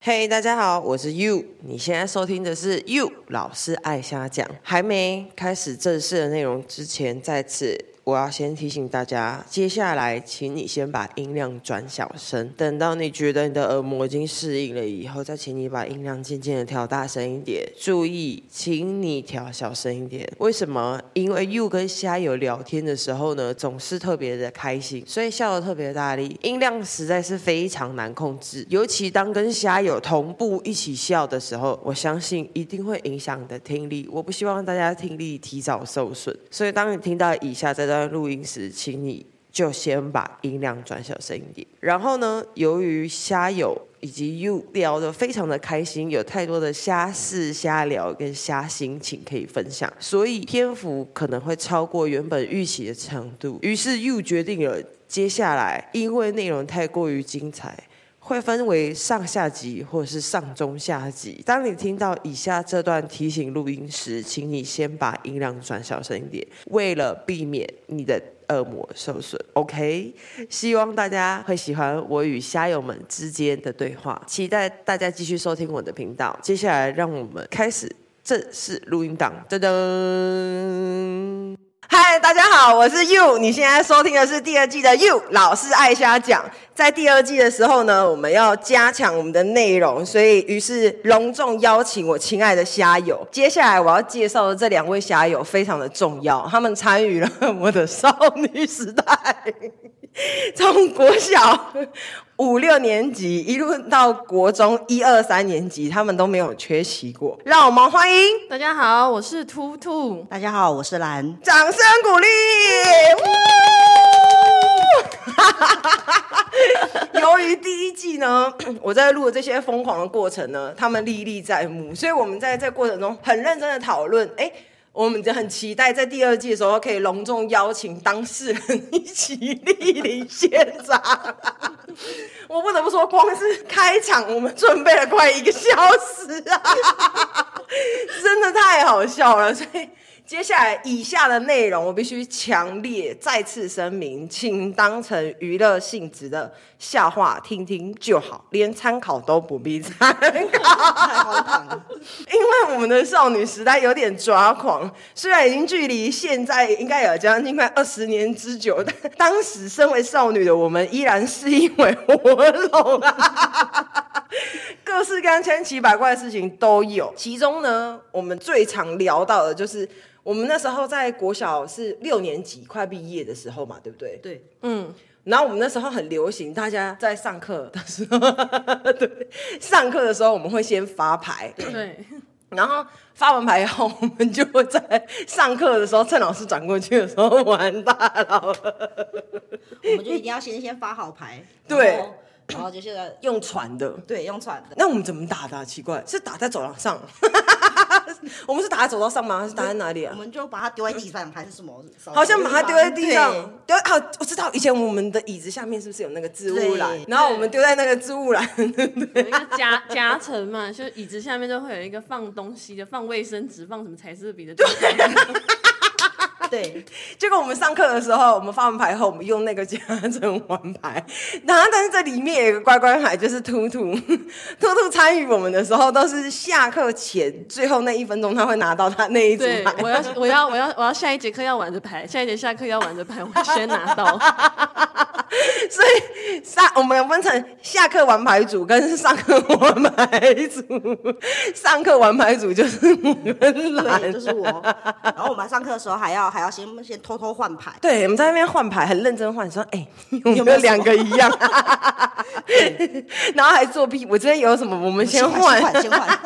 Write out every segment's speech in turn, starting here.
嘿、大家好，我是 You，你现在收听的是 You 老师爱瞎讲。还没开始正式的内容之前，在此我要先提醒大家，接下来请你先把音量转小声，等到你觉得你的耳膜已经适应了以后，再请你把音量渐渐的调大声一点。注意，请你调小声一点。为什么？因为 You 跟虾友聊天的时候呢，总是特别的开心，所以笑得特别大力，音量实在是非常难控制。尤其当跟虾友同步一起笑的时候，我相信一定会影响你的听力。我不希望大家听力提早受损，所以当你听到以下这段录音时，请你就先把音量转小声一点。然后呢，由于虾友以及 You 聊得非常的开心，有太多的虾事、虾聊跟虾心情可以分享，所以篇幅可能会超过原本预期的长度。于是 You 决定了，接下来因为内容太过于精彩。会分为上下集或者是上中下集。当你听到以下这段提醒录音时，请你先把音量转小声一点，为了避免你的耳膜受损。OK，希望大家会喜欢我与虾友们之间的对话，期待大家继续收听我的频道。接下来让我们开始正式录音档，噔噔。嗨，大家好，我是 You，你现在收听的是第二季的 You 老师爱瞎讲。在第二季的时候呢，我们要加强我们的内容，所以于是隆重邀请我亲爱的虾友。接下来我要介绍的这两位虾友非常的重要，他们参与了我的少女时代。从国小五六年级一路到国中一二三年级，他们都没有缺席过。让我们欢迎大家好，我是兔兔。大家好，我是兰。掌声鼓励！呜 由于第一季呢，我在录的这些疯狂的过程呢，他们历历在目，所以我们在这过程中很认真的讨论。哎，我们就很期待在第二季的时候可以隆重邀请当事人一起莅临现场。 我不得不说，光是开场我们准备了快一个小时啊！ 真的太好笑了，所以接下来以下的内容我必须强烈再次声明，请当成娱乐性质的笑话听听就好，连参考都不必参太考。荒唐了，因为我们的少女时代有点抓狂，虽然已经距离现在应该有将近快二十年之久，但当时身为少女的我们依然是一尾活龙啊。 各式各样千奇百怪的事情都有，其中呢，我们最常聊到的就是我们那时候在国小是六年级快毕业的时候嘛，对不对？对，嗯，然后我们那时候很流行，大家在上课的时候， 对，上课的时候我们会先发牌，对，然后发完牌以后，我们就会在上课的时候，趁老师转过去的时候玩大了。我们就一定要先先发好牌， 对然后，然后 就是用传的。对用喘的，那我们怎么打的啊、奇怪，是打在走廊上？ 我们是打在走道上吗？还是打在哪里我啊？们就把它丢在地上还是什么，好像把它丢在地上丢对，好、我知道以前我们的椅子下面是不是有那个置物篮对？然后我们丢在那个置物篮，有一个夹夹层嘛，就椅子下面都会有一个放东西的，放卫生纸，放什么彩色笔的地方。 对，结果我们上课的时候，我们发完牌后，我们用那个加成玩牌， 然后但是这里面有一个乖乖牌，就是兔兔， 兔兔参与我们的时候都是下课前最后那一分钟，他会拿到他那一组对，我牌。要，我要，我要，我要下一节课要玩的牌，下一节下课要玩的牌，我先拿到。 所以下我们分成下课玩牌组跟上课玩牌组， 上课玩牌组就是我跟对，懒就是我。然后我们上课的时候还要还要先先偷偷换牌，对，我们在那边换牌，很认真换，说：“哎、 有没有没有有两个一样？” 然后还作弊，我这边有什么，我们先换。换先 换，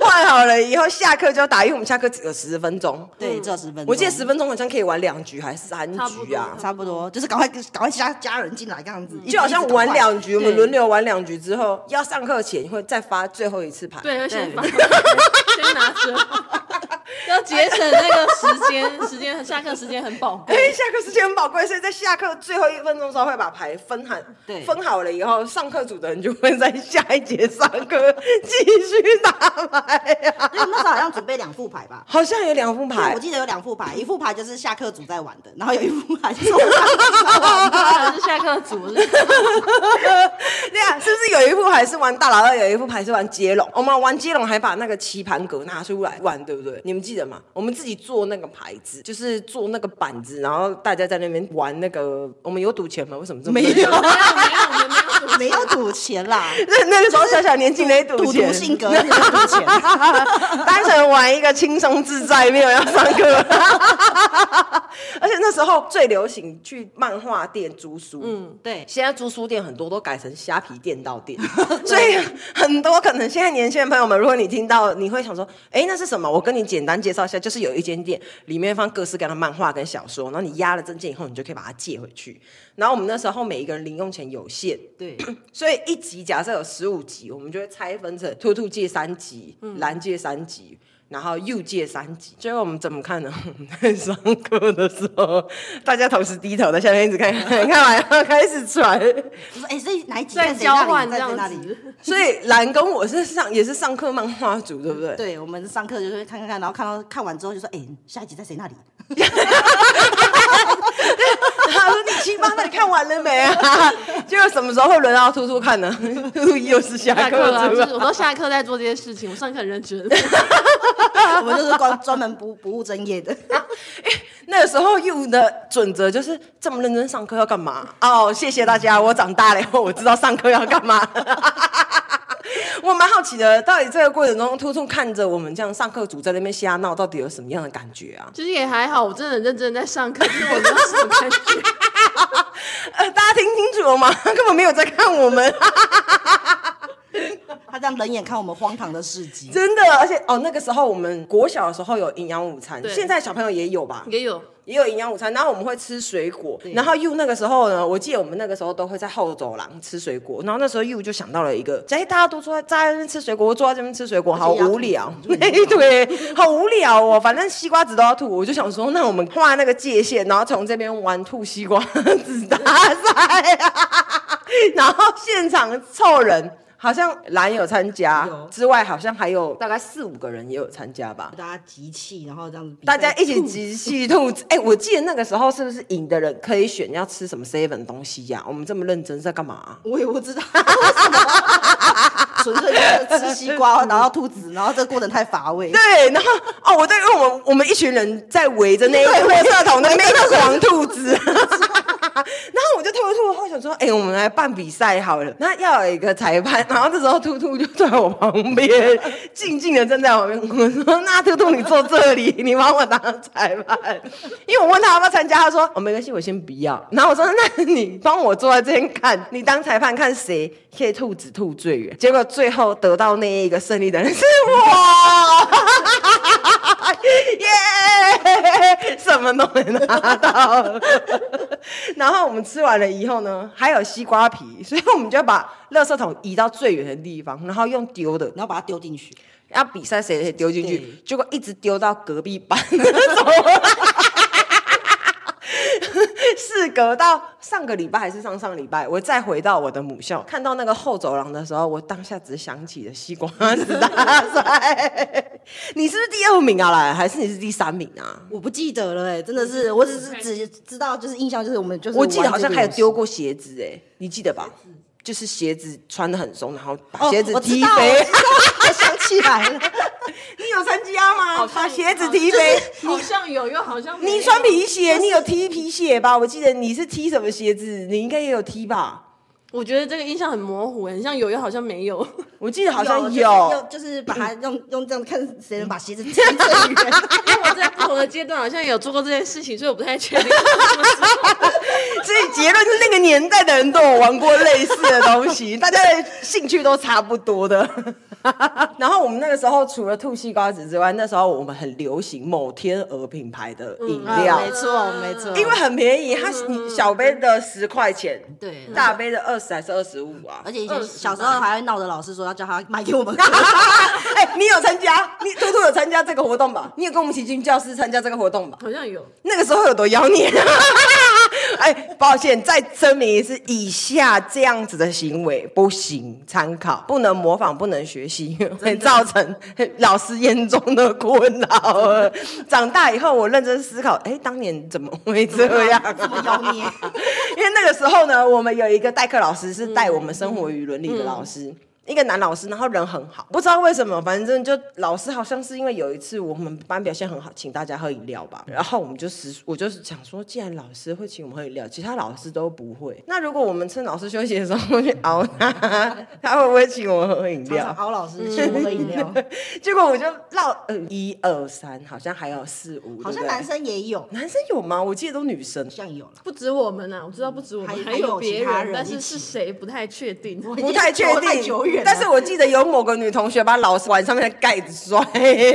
换好了以后下课就要打，因为我们下课只有十分钟。对，这十分钟，我记得十分钟好像可以玩两局还是三差不局啊多，差不多，就是赶快赶快加加人进来这样子，就好像玩两局，我们对轮流玩两局之后，要上课前会再发最后一次牌。对，要先对放，先拿着。要节省那个时 间，时间下课时间很宝 因贵。为下课时间很宝贵，所以在下课最后一分钟的时候会把牌分好，对分好了以后，上课组的人就会在下一节上课继续打牌啊。因为我们那时候好像准备两副牌吧。好像有两副对 牌我，记得有两副牌，一副牌就是下课组在玩的，然后有一副牌就是我们上课组在玩的。当然是下课组，是对啊，是不是有一副牌是玩大老二，有一副牌是玩接龙？我们玩接龙还把那个棋盘格拿出来玩，对不对？你们记得吗？我们自己做那个牌子，就是做那个板子，然后大家在那边玩那个。我们有赌钱吗？为什么这么没有没有没有没有组， 没有赌钱啦，那那个时候小小年纪没赌赌钱，徒性格，没有赌 钱。单纯玩一个轻松自在，没有要上课。 而且那时候最流行去漫画店租书，嗯，对，现在租书店很多都改成虾皮店到店， 所以很多可能现在年轻人朋友们，如果你听到，你会想说，哎，那是什么？我跟你简单介绍一下，就是有一间店里面放各式各样的漫画跟小说，然后你压了证件以后，你就可以把它借回去。然后我们那时候每一个人零用钱有限，对，所以一集假设有十五集，我们就会拆分成兔兔借三集，嗯蓝借三集。然后又借三集，结果我们怎么看呢？我们在上课的时候，大家同时低头在下面一直看，看完然后开始 传。就说哎，这哪一集在在交换这在那样里？子，所以蓝跟我是上也是上课漫画组，对不对？对，我们上课就是会看看看，然后看到看完之后就说，哎，下一集在谁那里？他说你七八，那你看完了没啊？ 结果什么时候会轮到兔兔看呢？ 兔兔又是下下课课 啊，组就了是我都下课在做这些事情，我上课很认真。我们就是专专门不不务正业的。 那个时候用的准则就是这么认真上课要干嘛？哦，谢谢大家，我长大了以后我知道上课要干嘛。 我蛮好奇的，到底这个过程中，兔兔看着我们这样上课组在那边瞎闹，到底有什么样的感觉啊？其实也还好，我真的很认真地在上课，就是我没有什么感觉。 呃，大家听清楚了吗？ 根本没有在看我们，他这样冷眼看我们荒唐的事迹，真的。而且哦，那个时候我们国小的时候有营养午餐，对现在小朋友也有吧？也有，也有营养午餐，然后我们会吃水果。嗯然后 You 那个时候呢，我记得我们那个时候都会在后走廊吃水果。然后那时候 You 就想到了一个，哎，大家都坐在在那边吃水果，我坐在这边吃水果，好而且要无 聊 吐，对，好无聊哦。反正西瓜籽都要吐，我就想说，那我们画那个界限，然后从这边玩吐西瓜籽大赛啊， 然后现场凑人。好像蓝有参加有之外，好像还有大概四五个人也有参加吧。大家集气，然后这样子比赛，大家一起 集气兔子。哎、我记得那个时候是不是赢的人可以选要吃什么 seven 东西呀、我们这么认真是在干嘛、啊？我也不知道为什么， 纯粹就是吃西瓜，然后兔子，然后这个过程太乏味。对，然后哦，我在因为我们我们一群人在围着那一个对垃圾桶那边狂兔子。 然后我就偷偷后想说，哎、我们来办比赛好了。那要有一个裁判，然后这时候兔兔就坐在我旁边，静静的站在我旁边。我说：“那兔兔你坐这里，你帮我当裁判。”因为我问他要不要参加，他说：“哦，没关系，我先不要。”然后我说：“那你帮我坐在这边看，你当裁判看谁可以兔子吐最远。”结果最后得到那一个胜利的人是我， 耶！ 什么都没拿到。然后我们吃完了以后呢，还有西瓜皮，所以我们就把垃圾桶移到最远的地方，然后用丢的，然后把它丢进去，要比赛谁可以丢进去对，结果一直丢到隔壁班那 种。事隔到上个礼拜还是上上礼拜，我再回到我的母校，看到那个后走廊的时候，我当下只想起了西瓜子大赛。你是不是第二名啊？来，还是你是第三名 啊？我不记得了、哎，真的是，我只是只知道，就是印象就是我们就是我记得玩好像这个还有游戏丢过鞋子哎、你记得吧？就是鞋子穿的很松，然后把哦鞋子我知踢道飞。我想起来了， 你有参加吗好像把鞋子踢飞。好像有，又好像没有你穿皮鞋，你有踢皮鞋吧？我记得你是踢什么鞋子，你应该也有踢吧？我觉得这个印象很模糊，很像有，又好像没 有。我记得好像就是有用就是把它用用这样看谁能把鞋子踢最远。因为我在不同的阶段好像有做过这件事情，所以我不太确定。所以结论是那个年代的人都有玩过类似的东 西，大家的兴趣都差不多的。 然后我们那个时候除了吐西瓜子之外，那时候我们很流行某天鹅品牌的饮料， 啊没错没错，因为很便宜，它你小杯的十块钱，对大杯的二十还是二十五啊？而且以前小时候还会闹着老师说要叫他买给我 们喝。哎、你有参加？你兔兔有参加这个活动吧？你有跟我们一起进教室参加这个活动吧？ 好像有，那个时候有多妖孽？ 哎，抱歉，再声明一次，以下这样子的行为不行，参考不能模仿，不能学习，会造成老师严重的困扰。长大以后，我认真思考，哎，当年怎么会这样？ 这么妖孽， 因为那个时候呢，我们有一个代课老师是带我们生活与伦理的老嗯师。一个男老师，然后人很好，不知道为什么，反正就老师好像是因为有一次我们班表现很好，请大家喝饮料嗯吧，然后我们就时我就是想说，既然老师会请我们喝饮料，其他老师都不会，那如果我们趁老师休息的时候去熬他， 他会不会请我们喝饮常常料？熬老师请我喝饮 料， 结果我就绕呃一二三，好像还有四五，好对像不对男生也有，男生有吗？我记得都女生好。像有了。不止我们啊，我知道不止我们，还还还有别其他人但一是是起谁不太确定。不太确定，太久远了，但是我记得有某个女同学把老师碗上面的盖子摔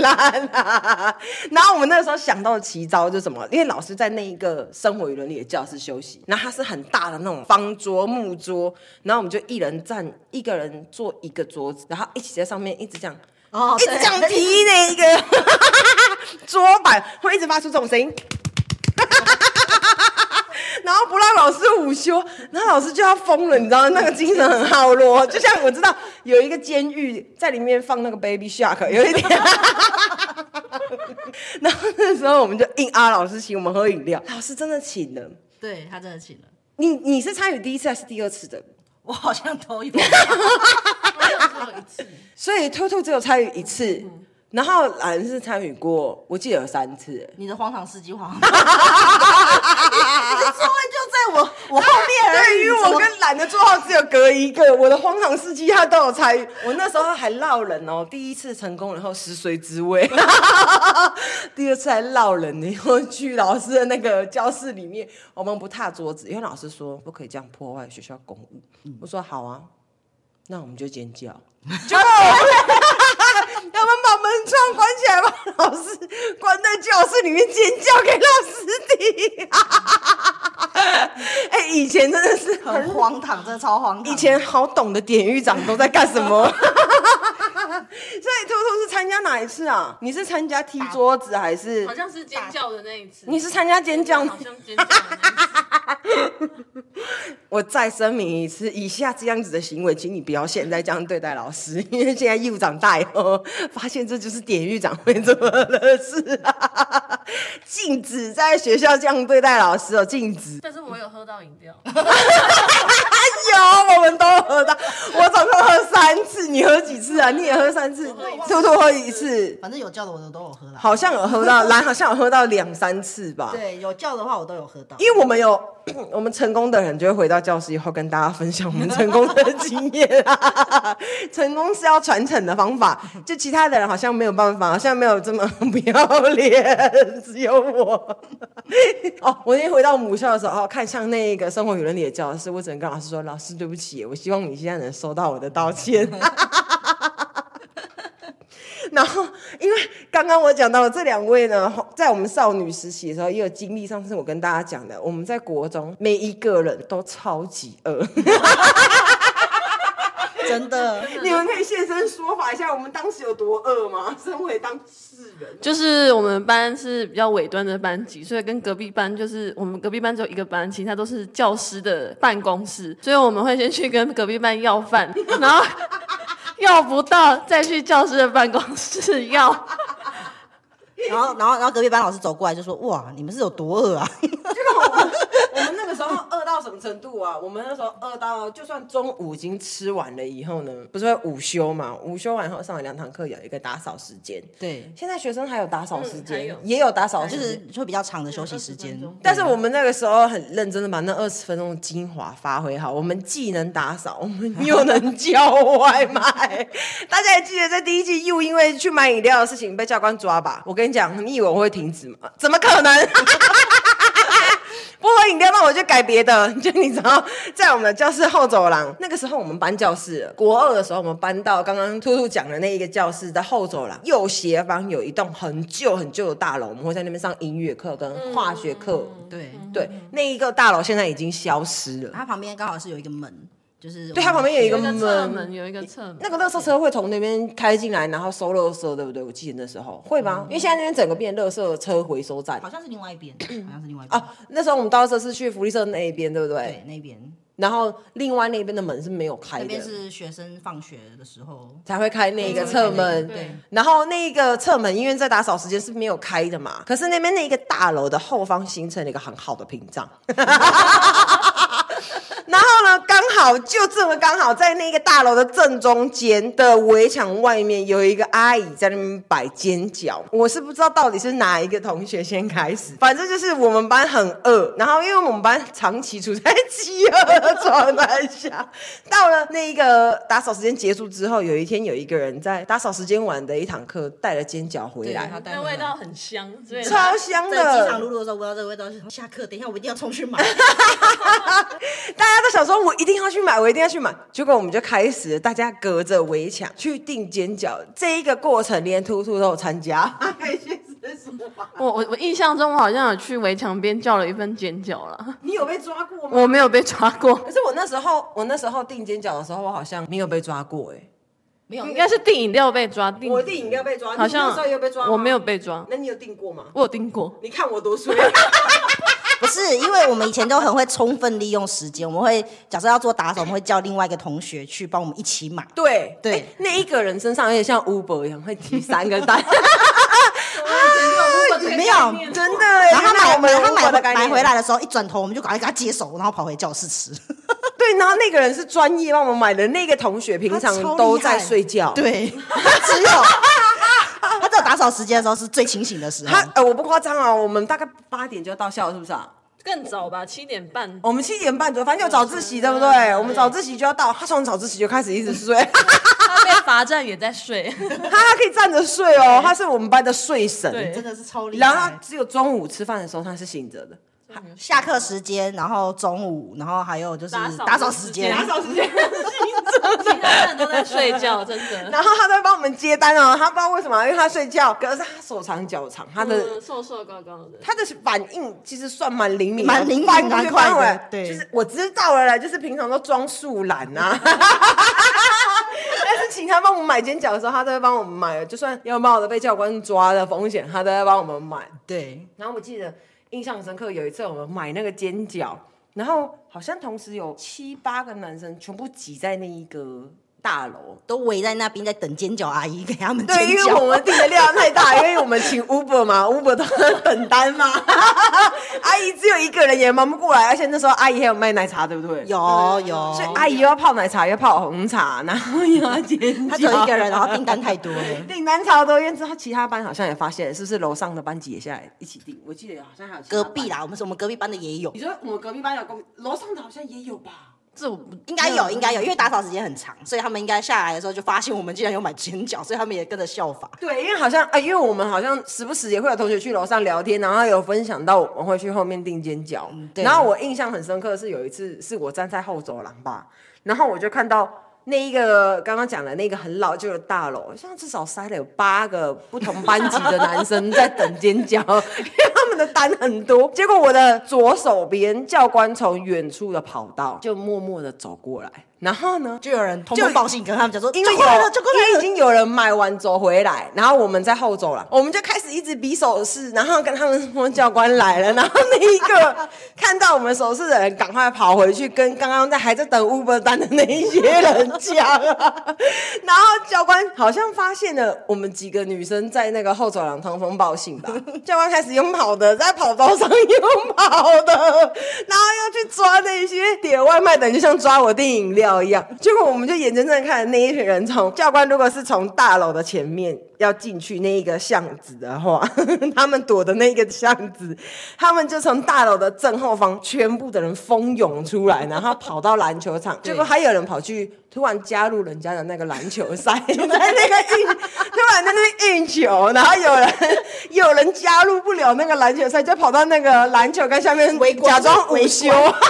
烂啊。然后我们那个时候想到的奇招就是什么？因为老师在那一个生活与伦理的教室休息，然后它是很大的那种方桌木桌，然后我们就一人站，一个人坐一个桌子，然后一起在上面一直这样。哦，一直这样踢那一个 桌板，会一直发出这种声音。然后不让老师午休，然后老师就要疯了，你知道那个精神很耗落。就像我知道有一个监狱在里面放那个 Baby Shark，有一点。 然后那时候我们就硬拉老师请我们喝饮料，老师真的请了。对他真的请了，你你是参与第一次还是第二次的？我好像都 有。只有一次，所以兔兔只有参与一次，然后兰是参与过，我记得有三次。你的荒唐事迹荒，你的座位就在我我后面而对已。于我跟懒得座号只有隔一个，我的荒唐事迹他都有参与。 我那时候还落人哦，第一次成功，然后食髓知味； 第二次还落人，然后去老师的那个教室里面，我们不踏桌子，因为老师说不可以这样破坏学校公物。我说好啊，那我们就尖叫， 就。 要不然把门窗关起来，把老师关在教室里面尖叫给老师听。 哎、以前真的是很很荒唐，真的超荒唐。以前好懂的典狱长都在干什 么？所以兔兔是参加哪一次啊？你是参加踢桌子还是好？像是尖叫的那一 次。你是参加尖叫？好像尖叫的那一次。我再声明一次，以下这样子的行为，请你不要现在这样对待老师， 因为现在义务长大以后，发现这就是典狱长会做的事、啊，禁止在学校这样对待老师哦，禁止。但是我有喝到饮料，有，我们都喝到，我总共喝三次，你喝几次啊？你也喝三次，兔兔喝一次，反正有叫的我都都有喝了。好像有喝到，兰好像有喝到两三次吧。对有叫的话，我都有喝到。因为我们有 我们成功的人，就会回到教室以后跟大家分享我们成功的经验啊。 成功是要传承的方法，就其他的人好像没有办法，好像没有这么不要脸，只有我。 哦，我那天回到母校的时候，哦看向那个生活与伦理的教室，我只能跟老师说：“老师，对不起，我希望你现在能收到我的道歉。”然后，因为刚刚我讲到的这两位呢，在我们少女时期的时候也有经历。上次我跟大家讲的，我们在国中每一个人都超级饿。真的， 你们可以现身说法一下，我们当时有多饿吗？ 身为当事人，就是我们班是比较尾端的班级，所以跟隔壁班就是我们隔壁班只有一个班，其他都是教师的办公室，所以我们会先去跟隔壁班要 饭，然后要不到再去教师的办公室要。然后然后然后隔壁班老师走过来就说：“哇，你们是有多饿啊我们那个时候饿到什么程度啊？我们那时候饿到，就算中午已经吃完了以后呢，不是会午休嘛？午休完后上了两堂课，有一个打扫时间。？”对，现在学生还有打扫时嗯还间，有也有打扫时 就间，是会比较长的休息时间20分钟。但是我们那个时候很认真的把那二十分钟的精华发挥好，我们既能打扫， 我们又能叫外卖。 大家也记得在第一季又因为去买饮料的事情被教官抓吧？我跟你讲，你以为我会停止吗？怎么可能？ 不喝饮料，那我就改别的。 就你知道，在我们的教室后走廊，那个时候我们搬教室了，国二的时候我们搬到刚刚兔兔讲的那一个教室的后走廊右斜方有一栋很旧很旧的大楼，我们会在那边上音乐课跟化学课。对，嗯对，那一个大楼现在已经消失了。啊它旁边刚好是有一个门，就是对，它旁边有一有个一个侧门，门。有一个侧门。那个垃圾车会从那边开进来，然后收垃圾，对不对？我记得那时候会吗？因为现在那边整个变垃圾车回收站好像是另外 一边，好像是另外一边。啊。那时候我们到这是去福利社那一边，对不对？对，那边然后另外那边的门是没有开那边的，是学生放学的时候，才会开那个侧门。对对，然后那个侧门，因为在打扫时间是没有开的嘛，可是那边那一个大楼的后方形成了一个很好的屏障。然后呢，刚好就这么刚好在那个大楼的正中间的围墙外面有一个阿姨在那边摆煎饺，我是不知道到底是哪一个同学先开始，反正就是我们班很饿，然后因为我们班长期处在饥饿的状态下，到了那个打扫时间结束之后，有一天有一个人在打扫时间完的一堂课带了煎饺回来，他带那味道很香，所以超香在机的，场路路的时候闻到这个味道，就想下课，等一下我一定要冲去买。 大家都想说，我一定要去买，我一定要去买。结果我们就开始大家隔着围墙去订煎饺，这一个过程连兔兔都有参加。我我我印象中我好像有去围墙边叫了一份煎饺了， 你有被抓过吗？我没有被抓过，可是我那时候，我那时候订煎饺的时候，我好像没有被抓过哎、没有，应该是订饮料被抓，订我订饮料被抓，好像你那时候有被抓吗我没有。被抓，那你有订过吗？我有订过。你看我多衰。不是，因为我们以前都很会充分利用时间，我们会假设要做打扫，我们会叫另外一个同学去帮我们一起买。 对对欸那一个人身上有点像 Uber 一样，会提三个 单。哦没 有，真的哎、欸，然后他原来买我们有他 Uber 的买概回念买回。来的时候，一转头我们就赶快给他接手，然后跑回教室吃。对，然后那个人是专业帮我们买的，那个同学 平常他超厉害都在睡觉。。对，他只有他只有打扫时间的时候是最清醒的时候他。呃，我不夸张啊，我们大概八点就到校了，是不是啊？更早吧，七点半。我们七点半左右，反正有早自习，对不对？我们早自习就要到，他从早自习就开始一直睡，他被罚站也在睡，他还可以站着睡哦，他是我们班的睡神。 对 真的是超厉然后他害。只有中午吃饭的时候他是醒着的，下课时间，然后中午，然后还有就是打扫打扫时间，打扫时间。其他人都在睡觉，真 的。然后他在帮我们接单哦，他不知道为什么，因为他睡觉，可是他手长脚长，他的、嗯瘦瘦高高的，他的反应其实算蛮灵敏的，蛮灵敏翻过去蛮快的翻回来对就是我知道了啦，就是平常都装树懒 呐。但是请他帮我们买煎饺的时候，他都会帮我们买，就算要把我的被教官抓的风险，他都会帮我们买。对，然后我记得印象深刻，有一次我们买那个煎饺，然后好像同时有七八个男生全部挤在那一个大楼，都围在那边在等煎饺阿姨给 他们煎 对，因为饺。我们订的量太大，因为我们请 Uber 嘛，Uber 都很单嘛， 阿姨只有一个人也忙不过来，而且那时候阿姨还有卖奶茶，对不对？， 有有，所以阿姨又要泡奶茶，又要泡红茶，然后又要煎饺，他只有一个人，然后订单太多了。订单超多，因为之后其他班好像也发现，是不是楼上的班级也下来一起订？我记得好像还有其他隔班壁。啦，我们是我们隔壁班的也有你，说我们隔壁班有公，楼上的好像也有吧？这我不应该有，应该有，因为打扫时间很长，所以他们应该下来的时候就发现我们竟然有买煎饺，所以他们也跟着效法。对，因为好像啊、因为我们好像时不时也会有同学去楼上聊天，然后有分享到我们会去后面订煎饺。对然后我印象很深刻的是有一次是我站在后走廊吧，然后我就看到那一个刚刚讲的那个很老旧的大楼，像至少塞了有八个不同班级的男生在等煎饺， 因为他们的单很多。结果我的左手边教官从远处的跑道就默默的走过来，然后呢，就有人通风报信跟他们讲说，因为就有过来了，就过哦因为来已了。经有人买完走回来，然后我们在后走廊，我们就开始一直比手势，然后跟他们说教官来了，然后那一 个看到我们手势的人，赶快跑回去跟刚刚在还在等 Uber 单的那一些人讲、 啊，然后教官好像发现了我们几个女生在那个后走廊通风报信吧，教官开始用跑的，在跑道上用跑的，然后又去抓那些点外卖的人，就像抓我订饮料一样。结果我们就眼睁睁地看着那一群人从教官，如果是从大楼的前面要进去那一个巷子的话， 他们躲的那个巷子，他们就从大楼的正后方全部的人蜂拥出来，然后跑到篮球场，结果还有人跑去。突然加入人家的那个篮球赛， 在那个运，突然在那边运球，然后有人有人加入不了那个篮球赛，就跑到那个篮球杆下面围观假装午围休。还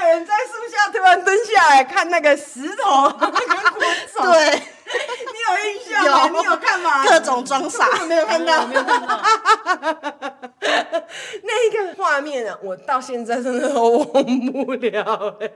有人在树下突然蹲下来看那个石 头跟滚手，对，你有印象吗？有你有看吗？各种装傻。没有看到，没有看到。那一个画面啊，我到现在真的都忘不了、欸。